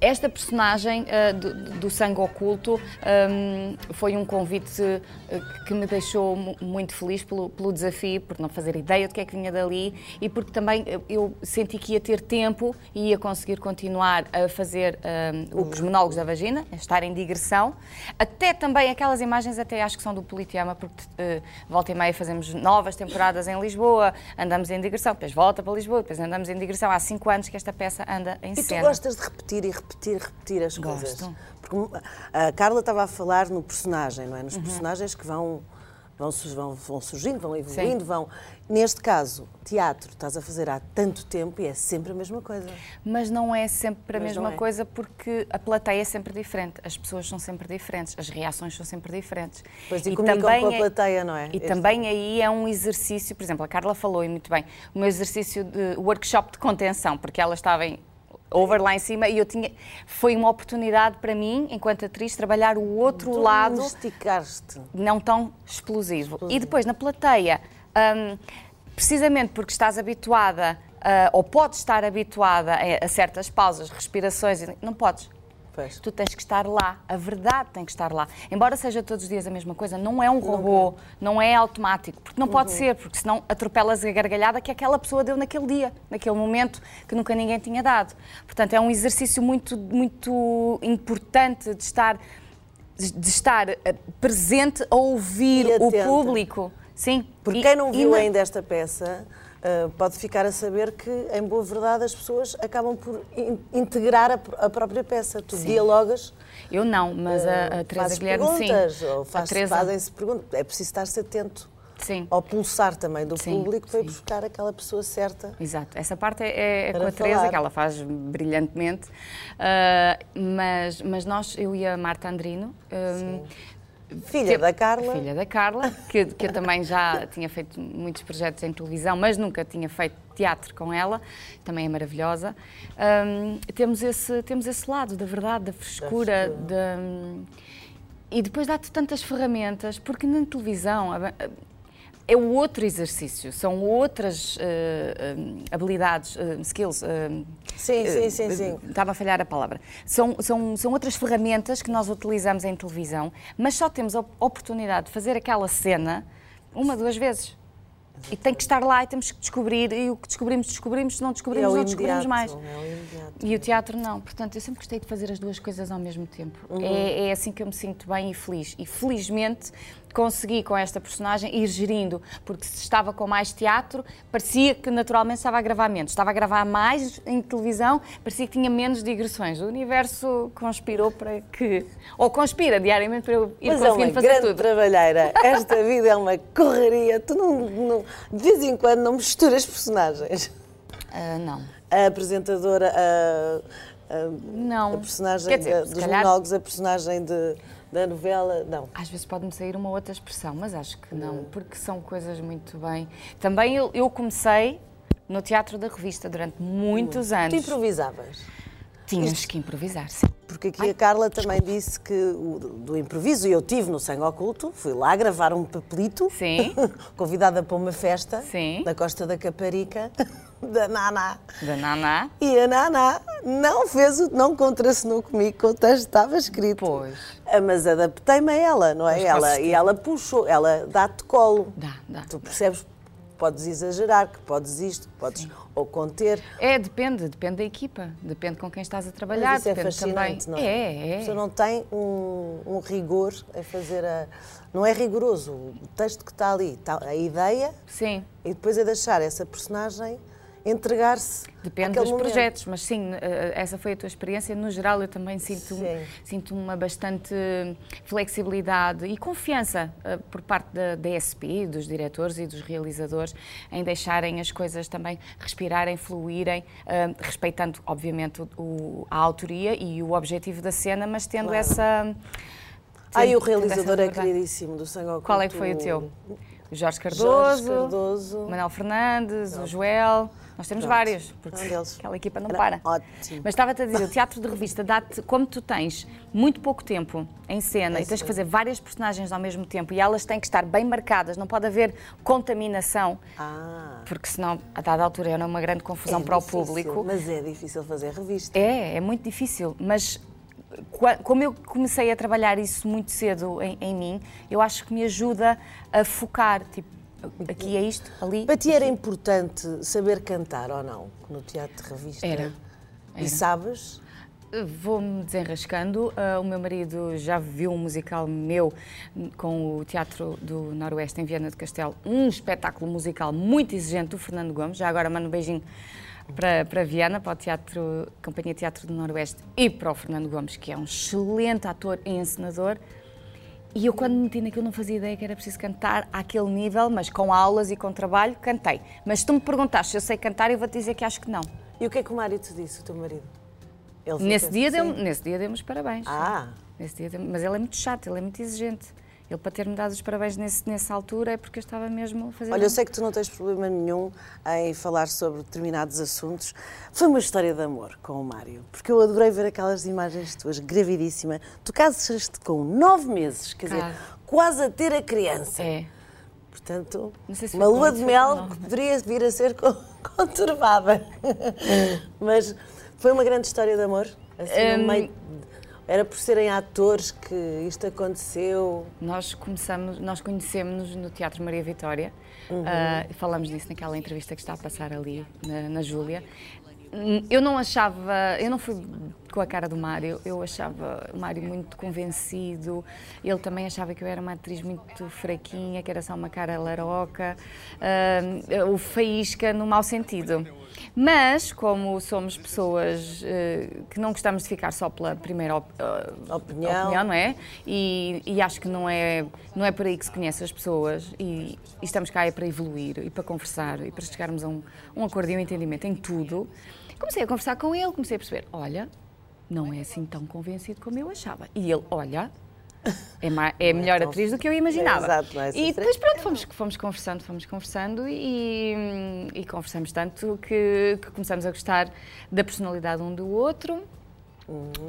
Speaker 2: Esta personagem ah, do, do Sangue Oculto ahm, foi um convite ah, que me deixou mu- muito feliz pelo, pelo desafio, por não fazer ideia do que é que vinha dali e porque também eu- eu senti que ia ter tempo e ia conseguir continuar a fazer ahm, os monólogos da vagina, a estar em digressão. Até também aquelas imagens, até acho que são do Politeama, porque eh, volta e meia fazemos novas temporadas em Lisboa, andamos em digressão, depois volta para Lisboa, depois andamos em digressão. Há cinco anos que esta peça anda em
Speaker 1: E tu
Speaker 2: cena.
Speaker 1: gostas de repetir e repetir, repetir as coisas.
Speaker 2: Gosto.
Speaker 1: Porque ah, a Carla estava a falar no personagem, não é?
Speaker 2: Uhum.
Speaker 1: Nos personagens que vão, vão, su- vão, vão surgindo, vão evoluindo, vão. Neste caso, teatro, estás a fazer há tanto tempo e é sempre a mesma coisa.
Speaker 2: Mas não é sempre a
Speaker 1: Mas não
Speaker 2: mesma
Speaker 1: é.
Speaker 2: coisa porque a plateia é sempre diferente, as pessoas são sempre diferentes, as reações são sempre diferentes.
Speaker 1: Pois, e comunicam com a
Speaker 2: é-
Speaker 1: plateia, não é?
Speaker 2: E
Speaker 1: Este-
Speaker 2: também aí é um exercício, por exemplo, a Carla falou e muito bem, um exercício de workshop de contenção, porque ela estava em over lá em cima e eu tinha foi uma oportunidade para mim, enquanto atriz, trabalhar o outro
Speaker 1: Tu
Speaker 2: lado
Speaker 1: Esticaste.
Speaker 2: não tão explosivo. E depois na plateia, hum, precisamente porque estás habituada ah, ou podes estar habituada a, a certas pausas, respirações, e- não podes.
Speaker 1: Pois.
Speaker 2: Tu tens que estar lá, a verdade tem que estar lá. Embora seja todos os dias a mesma coisa, não é um robô, não é automático, porque não pode
Speaker 1: Uhum.
Speaker 2: ser, porque senão atropelas a gargalhada que aquela pessoa deu naquele dia, naquele momento que nunca ninguém tinha dado. Portanto, é um exercício muito, muito importante de estar de estar eh, presente a ouvir
Speaker 1: E
Speaker 2: o
Speaker 1: atenta.
Speaker 2: público. Sim.
Speaker 1: Porque
Speaker 2: E-
Speaker 1: quem não
Speaker 2: e
Speaker 1: viu
Speaker 2: na-
Speaker 1: ainda esta peça ah, pode ficar a saber que, em boa verdade, as pessoas acabam por in- integrar a, pr- a própria peça. Tu dialogas,
Speaker 2: Eu não, mas a, a Teresa
Speaker 1: fazes
Speaker 2: Guilherme sim.
Speaker 1: Eh, perguntas, ou
Speaker 2: A
Speaker 1: faz-
Speaker 2: Teresa-
Speaker 1: fazem-se perguntas. É preciso estar-se atento
Speaker 2: Sim.
Speaker 1: ao pulsar também do
Speaker 2: Sim,
Speaker 1: público para ir
Speaker 2: sim.
Speaker 1: buscar aquela pessoa certa.
Speaker 2: Exato, essa parte é, é com
Speaker 1: Para
Speaker 2: a Teresa,
Speaker 1: falar.
Speaker 2: que ela faz brilhantemente. Ah, mas, mas nós, eu e a Marta Andrino, ah,
Speaker 1: Filha
Speaker 2: Te-
Speaker 1: da Carla.
Speaker 2: Tipo, Filha da Carla, que, que eu também já tinha feito muitos projetos em televisão, mas nunca tinha feito teatro com ela, também é maravilhosa. Hum, temos, esse, temos esse lado da verdade, da frescura, da- hum, e depois dá-te tantas ferramentas, porque na televisão. a- a- é o outro exercício, são outras eh, hum, habilidades, eh, skills. eh,
Speaker 1: Sim,
Speaker 2: eh,
Speaker 1: sim, sim, sim.
Speaker 2: Estava a falhar a palavra. São, são, são outras ferramentas que nós utilizamos em televisão, mas só temos a op- oportunidade de fazer aquela cena uma, duas vezes. E tem que estar lá e temos que descobrir, e o que descobrimos, descobrimos, se não
Speaker 1: É
Speaker 2: descobrimos,
Speaker 1: o
Speaker 2: não descobrimos
Speaker 1: imediato.
Speaker 2: mais.
Speaker 1: é o imediato.
Speaker 2: E o teatro não, portanto, eu sempre gostei de fazer as duas coisas ao mesmo tempo.
Speaker 1: Uhum.
Speaker 2: É, é assim que eu me sinto bem e feliz. E felizmente consegui com esta personagem ir gerindo, porque se estava com mais teatro, parecia que naturalmente estava a gravar menos. Estava a gravar mais em televisão, parecia que tinha menos digressões. O universo conspirou para que. Ou conspira diariamente para eu ir
Speaker 1: Mas é uma
Speaker 2: conseguindo fazer
Speaker 1: grande
Speaker 2: tudo.
Speaker 1: trabalheira. Esta vida é uma correria. Tu não, não- de vez em quando não misturas personagens.
Speaker 2: Ah, não.
Speaker 1: A apresentadora, a, a-
Speaker 2: Não.
Speaker 1: a personagem
Speaker 2: Hum. Quer dizer,
Speaker 1: da-
Speaker 2: se
Speaker 1: dos
Speaker 2: calhar-
Speaker 1: monólogos, a personagem de- da novela, não.
Speaker 2: Às vezes pode-me sair uma outra expressão, mas acho que
Speaker 1: É.
Speaker 2: não, porque são coisas muito bem. Também eu, eu comecei no teatro da revista durante muitos
Speaker 1: Tu
Speaker 2: anos.
Speaker 1: improvisavas.
Speaker 2: Tínhamos que improvisar, sim.
Speaker 1: Porque aqui a Carla também disse que o, do improviso eu tive no Sangue Oculto, fui lá gravar um papelito,
Speaker 2: Sim.
Speaker 1: convidada para uma festa
Speaker 2: Sim.
Speaker 1: na Costa da Caparica, da Naná.
Speaker 2: Da Naná.
Speaker 1: E a Naná não fez o, não contracenou comigo, que o texto estava escrito.
Speaker 2: Pois.
Speaker 1: Ah, Mas adaptei-me a ela, não é?
Speaker 2: Mas
Speaker 1: Ela,
Speaker 2: posso-
Speaker 1: e ela puxou, ela dá-te colo.
Speaker 2: Dá, dá.
Speaker 1: Tu percebes que podes exagerar, que podes isto, que podes ou conter.
Speaker 2: É, depende, depende da equipa, depende com quem estás a trabalhar,
Speaker 1: Mas isso é
Speaker 2: depende também.
Speaker 1: fascinante, não é?
Speaker 2: É,
Speaker 1: A
Speaker 2: é.
Speaker 1: pessoa não tem um, um rigor a fazer a. Não é rigoroso o texto que está ali, está a ideia
Speaker 2: Sim.
Speaker 1: e depois é deixar essa personagem entregar-se.
Speaker 2: Depende
Speaker 1: àquele
Speaker 2: dos
Speaker 1: momento.
Speaker 2: projetos, mas sim, eh, essa foi a tua experiência. No geral, eu também sinto, um,
Speaker 1: Sim.
Speaker 2: sinto uma bastante flexibilidade e confiança eh, por parte da, da SP, dos diretores e dos realizadores, em deixarem as coisas também respirarem, fluírem, eh, respeitando, obviamente, o- o- a autoria e o objetivo da cena, mas tendo essa.
Speaker 1: Aí o
Speaker 2: tendo- tendo essa
Speaker 1: realizador é
Speaker 2: liberdade.
Speaker 1: queridíssimo do Sangue ao
Speaker 2: Qual é que
Speaker 1: Culto,
Speaker 2: foi o teu? O
Speaker 1: Jorge
Speaker 2: Jorge Cardoso,
Speaker 1: Cardoso.
Speaker 2: Manuel Fernandes, o Joel, Nós temos
Speaker 1: Pronto.
Speaker 2: vários, porque
Speaker 1: Um deles.
Speaker 2: aquela equipa não
Speaker 1: Era
Speaker 2: para.
Speaker 1: ótimo.
Speaker 2: Mas estava-te a dizer, o teatro de revista dá-te, como tu tens muito pouco tempo em
Speaker 1: É
Speaker 2: cena e tens que fazer várias personagens ao mesmo tempo e elas têm que estar bem marcadas, não pode haver contaminação,
Speaker 1: Ah,
Speaker 2: porque senão, a dada altura, era uma grande confusão
Speaker 1: é
Speaker 2: para o
Speaker 1: difícil,
Speaker 2: público.
Speaker 1: Mas é difícil fazer revista.
Speaker 2: É, é muito difícil, mas qua- como eu comecei a trabalhar isso muito cedo em, em mim, eu acho que me ajuda a focar, tipo, aqui é isto, ali.
Speaker 1: Para ti era importante saber cantar ou não no teatro de revista?
Speaker 2: Era.
Speaker 1: E sabes?
Speaker 2: Vou-me desenrascando. Ah, o meu marido já viu um musical meu com o Teatro do Noroeste em Viana do Castelo, um espetáculo musical muito exigente do Fernando Gomes. Já agora mando um beijinho para, para Viana, para o Teatro, Companhia Teatro do Noroeste e para o Fernando Gomes, que é um excelente ator e encenador. E eu, quando me meti naquilo, não fazia ideia que era preciso cantar àquele nível, mas com aulas e com trabalho, cantei. Mas se tu me perguntaste se eu sei cantar, eu vou-te dizer que acho que não.
Speaker 1: E o que é que o marido te disse, o teu marido? Ele foi
Speaker 2: Nesse
Speaker 1: cantar?
Speaker 2: dia, deu,
Speaker 1: Sim.
Speaker 2: nesse dia demos parabéns.
Speaker 1: Ah,
Speaker 2: Nesse dia deu- mas ele é muito chato, ele é muito exigente. Ele, para ter-me dado os parabéns nesse, nessa altura, é porque eu estava mesmo a fazer.
Speaker 1: olha, eu sei que tu não tens problema nenhum em falar sobre determinados assuntos. Foi uma história de amor com o Mário, porque eu adorei ver aquelas imagens tuas, gravidíssima. Tu casaste com nove meses, quer dizer,
Speaker 2: Claro.
Speaker 1: quase a ter a criança.
Speaker 2: É.
Speaker 1: Portanto,
Speaker 2: Não sei se
Speaker 1: uma
Speaker 2: foi com
Speaker 1: lua
Speaker 2: isso
Speaker 1: de
Speaker 2: ou
Speaker 1: mel
Speaker 2: não. né?
Speaker 1: que poderia vir a ser con- conturbada. Mas foi uma grande história de amor. Assim,
Speaker 2: Hum.
Speaker 1: no meio- Era por serem atores que isto aconteceu.
Speaker 2: Nós começamos, nós conhecemos-nos no Teatro Maria Vitória. ah, e falamos disso naquela entrevista que está a passar ali na, na Júlia. Hum, Eu não achava, eu não fui com a cara do Mário, eu achava o Mário muito convencido. Ele também achava que eu era uma atriz muito fraquinha, que era só uma cara laroca, ah, o faísca no mau sentido. Mas, como somos pessoas eh, que não gostamos de ficar só pela primeira op- eh,
Speaker 1: Opinião.
Speaker 2: não é? E, e acho que não é, não é por aí que se conhece as pessoas e, e estamos cá é para evoluir e para conversar e para chegarmos a um, um acordo e um entendimento em tudo. Comecei a conversar com ele, comecei a perceber, olha, não é assim tão convencido como eu achava. E ele, olha, é, ma- é melhor
Speaker 1: tão-
Speaker 2: atriz do que eu imaginava.
Speaker 1: Exato, não é assim
Speaker 2: e depois pronto, fomos, fomos conversando, fomos conversando e, e conversamos tanto que, que começamos a gostar da personalidade um do outro.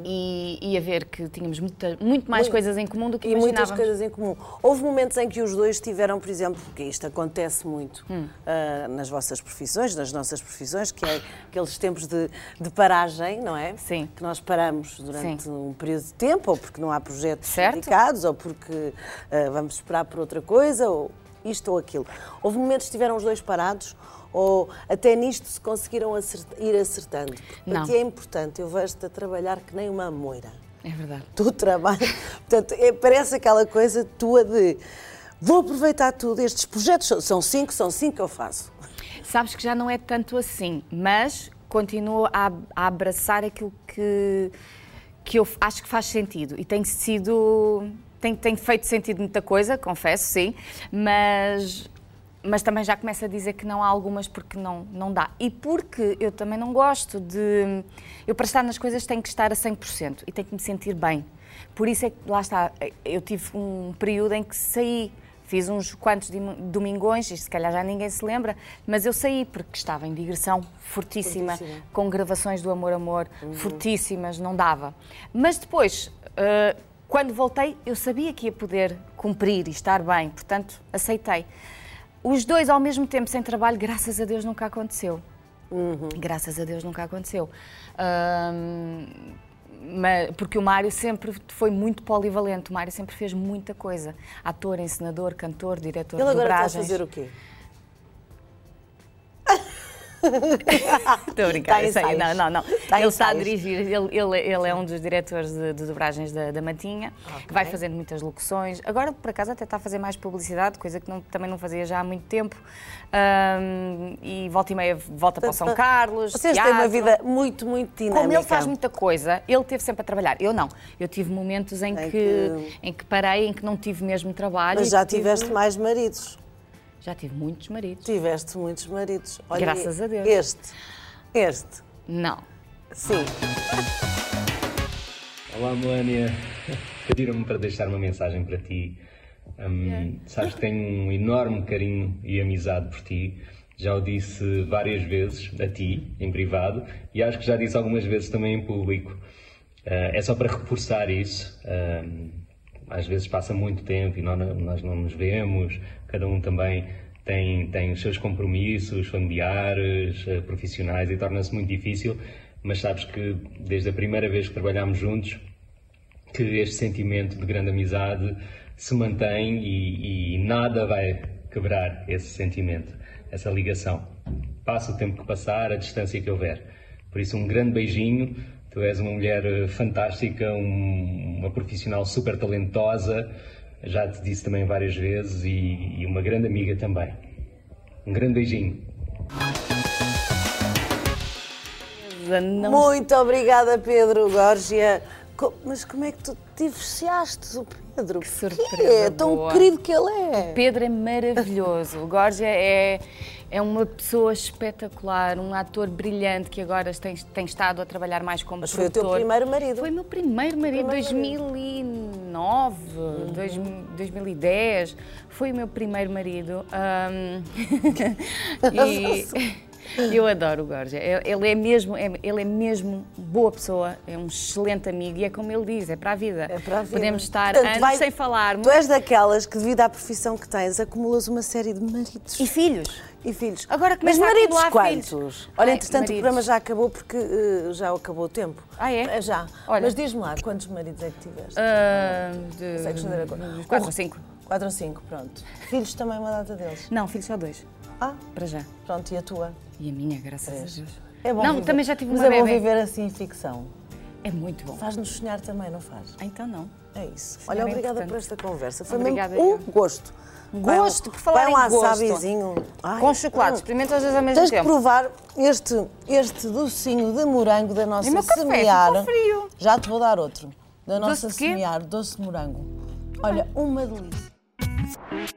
Speaker 2: E, e a ver que tínhamos muita, muito mais coisas em comum do que
Speaker 1: E muitas
Speaker 2: imaginávamos.
Speaker 1: coisas em comum. Houve momentos em que os dois tiveram, por exemplo, porque isto acontece muito
Speaker 2: Hum.
Speaker 1: ah, nas vossas profissões, nas nossas profissões, que é aqueles tempos de, de paragem, não é?
Speaker 2: Sim.
Speaker 1: Que nós paramos durante
Speaker 2: Sim.
Speaker 1: um período de tempo, ou porque não há projetos
Speaker 2: Certo.
Speaker 1: dedicados, ou porque ah, vamos esperar por outra coisa, ou isto ou aquilo. Houve momentos que tiveram os dois parados, ou até nisto se conseguiram acert- ir acertando. Porque Para
Speaker 2: Não.
Speaker 1: ti é importante, eu vejo-te a trabalhar que nem uma moira
Speaker 2: É verdade.
Speaker 1: do trabalho. Portanto, é- parece aquela coisa tua de vou aproveitar tudo. Estes projetos são- são cinco, são cinco que eu faço.
Speaker 2: Sabes que já não é tanto assim, mas continuo a, a abraçar aquilo que, que eu acho que faz sentido e tem sido. tem, tem feito sentido muita coisa, confesso, sim, mas. Mas também já começo a dizer que não há algumas porque não, não dá. E porque eu também não gosto de. Eu, para estar nas coisas, tenho que estar a 100% e tenho que me sentir bem. Por isso é que, lá está, eu tive um período em que saí Fiz uns quantos dim- domingões, e se calhar já ninguém se lembra, mas eu saí porque estava em digressão fortíssima,
Speaker 1: Fortíssima.
Speaker 2: com gravações do Amor Amor, fortíssimas, não dava. Mas depois, eh, quando voltei, eu sabia que ia poder cumprir e estar bem, portanto, aceitei. Os dois ao mesmo tempo sem trabalho, graças a Deus, nunca aconteceu. Graças a Deus nunca aconteceu. Ahm, ma- porque o Mário sempre foi muito polivalente, o Mário sempre fez muita coisa. Ator, encenador, cantor, diretor
Speaker 1: Ele
Speaker 2: de
Speaker 1: agora está a
Speaker 2: dobragens.
Speaker 1: fazer o quê?
Speaker 2: Estou a brincar,
Speaker 1: Está Tá em
Speaker 2: eu sei,
Speaker 1: ensaios.
Speaker 2: tá não, não, não.
Speaker 1: Está em
Speaker 2: ele está a
Speaker 1: ensaios.
Speaker 2: dirigir, ele, ele- ele é um dos diretores de, de dobragens da, da Matinha, que vai fazendo muitas locuções. Agora, por acaso, até está a fazer mais publicidade, coisa que não- também não fazia já há muito tempo. Ahm, e volta e meia volta para o São Carlos.
Speaker 1: Vocês têm uma
Speaker 2: teatro.
Speaker 1: vida muito, muito dinâmica.
Speaker 2: Como ele faz muita coisa, ele teve sempre a trabalhar. Eu não. Eu tive momentos em,
Speaker 1: Em
Speaker 2: que,
Speaker 1: que-
Speaker 2: em que parei, em que não tive mesmo trabalho.
Speaker 1: Mas
Speaker 2: e
Speaker 1: já
Speaker 2: que tive-
Speaker 1: tiveste mais maridos.
Speaker 2: Já tive muitos maridos.
Speaker 1: Tiveste muitos maridos.
Speaker 2: Graças a Deus.
Speaker 1: Este. Este.
Speaker 2: Não.
Speaker 1: Sim.
Speaker 6: Olá, Melania. Pediram-me para deixar uma mensagem para ti. Hum, Sabes que tenho um enorme carinho e amizade por ti. Já o disse várias vezes a ti, em privado, e acho que já disse algumas vezes também em público. Ah, é só para reforçar isso. Ah, às vezes passa muito tempo e nó- nós não nos vemos, cada um também tem, tem os seus compromissos familiares, ah, profissionais, e torna-se muito difícil. Mas sabes que desde a primeira vez que trabalhámos juntos, que este sentimento de grande amizade se mantém e, e nada vai quebrar esse sentimento, essa ligação. Passa o tempo que passar, a distância que houver. Por isso, um grande beijinho. Tu és uma mulher eh, fantástica, um- uma profissional super talentosa. Já te disse também várias vezes e- e uma grande amiga também. Um grande beijinho.
Speaker 2: Não
Speaker 1: Muito obrigada, Pedro Górgia. Co- Mas como é que tu te divorciaste do Pedro? Que
Speaker 2: surpresa
Speaker 1: é tão
Speaker 2: boa.
Speaker 1: querido que ele é.
Speaker 2: Pedro é maravilhoso. O Gorgia é, é uma pessoa espetacular, um ator brilhante que agora tem, tem estado a trabalhar mais como
Speaker 1: Mas foi o
Speaker 2: produtor.
Speaker 1: teu primeiro marido. Uhum.
Speaker 2: Foi meu primeiro marido, 2009, 2000, 2010. Foi o meu primeiro marido. Ahm, e eu adoro o Gorgia. Ele- Ele é mesmo, é- ele é mesmo boa pessoa, é um excelente amigo e é como ele diz, é para a vida.
Speaker 1: É para a vida.
Speaker 2: Podemos estar
Speaker 1: Portanto,
Speaker 2: anos
Speaker 1: vai-
Speaker 2: sem falarmos.
Speaker 1: Tu é- és daquelas que, devido à profissão que tens, acumulas uma série de maridos
Speaker 2: E
Speaker 1: e,
Speaker 2: filhos.
Speaker 1: filhos.
Speaker 2: Agora
Speaker 1: Mas
Speaker 2: começa a
Speaker 1: maridos
Speaker 2: acumular
Speaker 1: quantos?
Speaker 2: filhos.
Speaker 1: Olha,
Speaker 2: Ai,
Speaker 1: entretanto,
Speaker 2: maridos.
Speaker 1: o programa já acabou porque eh, já acabou o tempo. Eh,
Speaker 2: Ah, é?
Speaker 1: Já.
Speaker 2: Olha.
Speaker 1: Mas diz-me lá, quantos maridos é que tiveste?
Speaker 2: Ah,
Speaker 1: Consegues fazer a conta?
Speaker 2: de... Quatro ou cinco.
Speaker 1: Quatro ou cinco, pronto. Filhos também, é uma data deles.
Speaker 2: Não, filhos só dois,
Speaker 1: Ah,
Speaker 2: para já.
Speaker 1: pronto, e a tua?
Speaker 2: E a minha, graças
Speaker 1: Três.
Speaker 2: a Deus.
Speaker 1: É bom
Speaker 2: não,
Speaker 1: viver.
Speaker 2: também já tive
Speaker 1: Mas
Speaker 2: uma
Speaker 1: é bom
Speaker 2: bebé.
Speaker 1: viver assim em ficção.
Speaker 2: É muito bom.
Speaker 1: Faz-nos sonhar também, não faz?
Speaker 2: Ah, Então não.
Speaker 1: É isso.
Speaker 2: é
Speaker 1: Olha, obrigada
Speaker 2: importante.
Speaker 1: por esta conversa. Foi
Speaker 2: Obrigada,
Speaker 1: mesmo um
Speaker 2: eu.
Speaker 1: gosto.
Speaker 2: Gosto,
Speaker 1: Vai-
Speaker 2: por falar
Speaker 1: vai
Speaker 2: em
Speaker 1: um
Speaker 2: gosto.
Speaker 1: assabizinho. Ai,
Speaker 2: Com chocolate,
Speaker 1: hum.
Speaker 2: experimenta os dois ao mesmo
Speaker 1: Tens que
Speaker 2: tempo.
Speaker 1: provar este, este docinho de morango da nossa
Speaker 2: E o meu café,
Speaker 1: semear.
Speaker 2: ficou frio.
Speaker 1: Já te vou dar outro. Da nossa
Speaker 2: de quê?
Speaker 1: semear, doce de morango. Olha, uma delícia.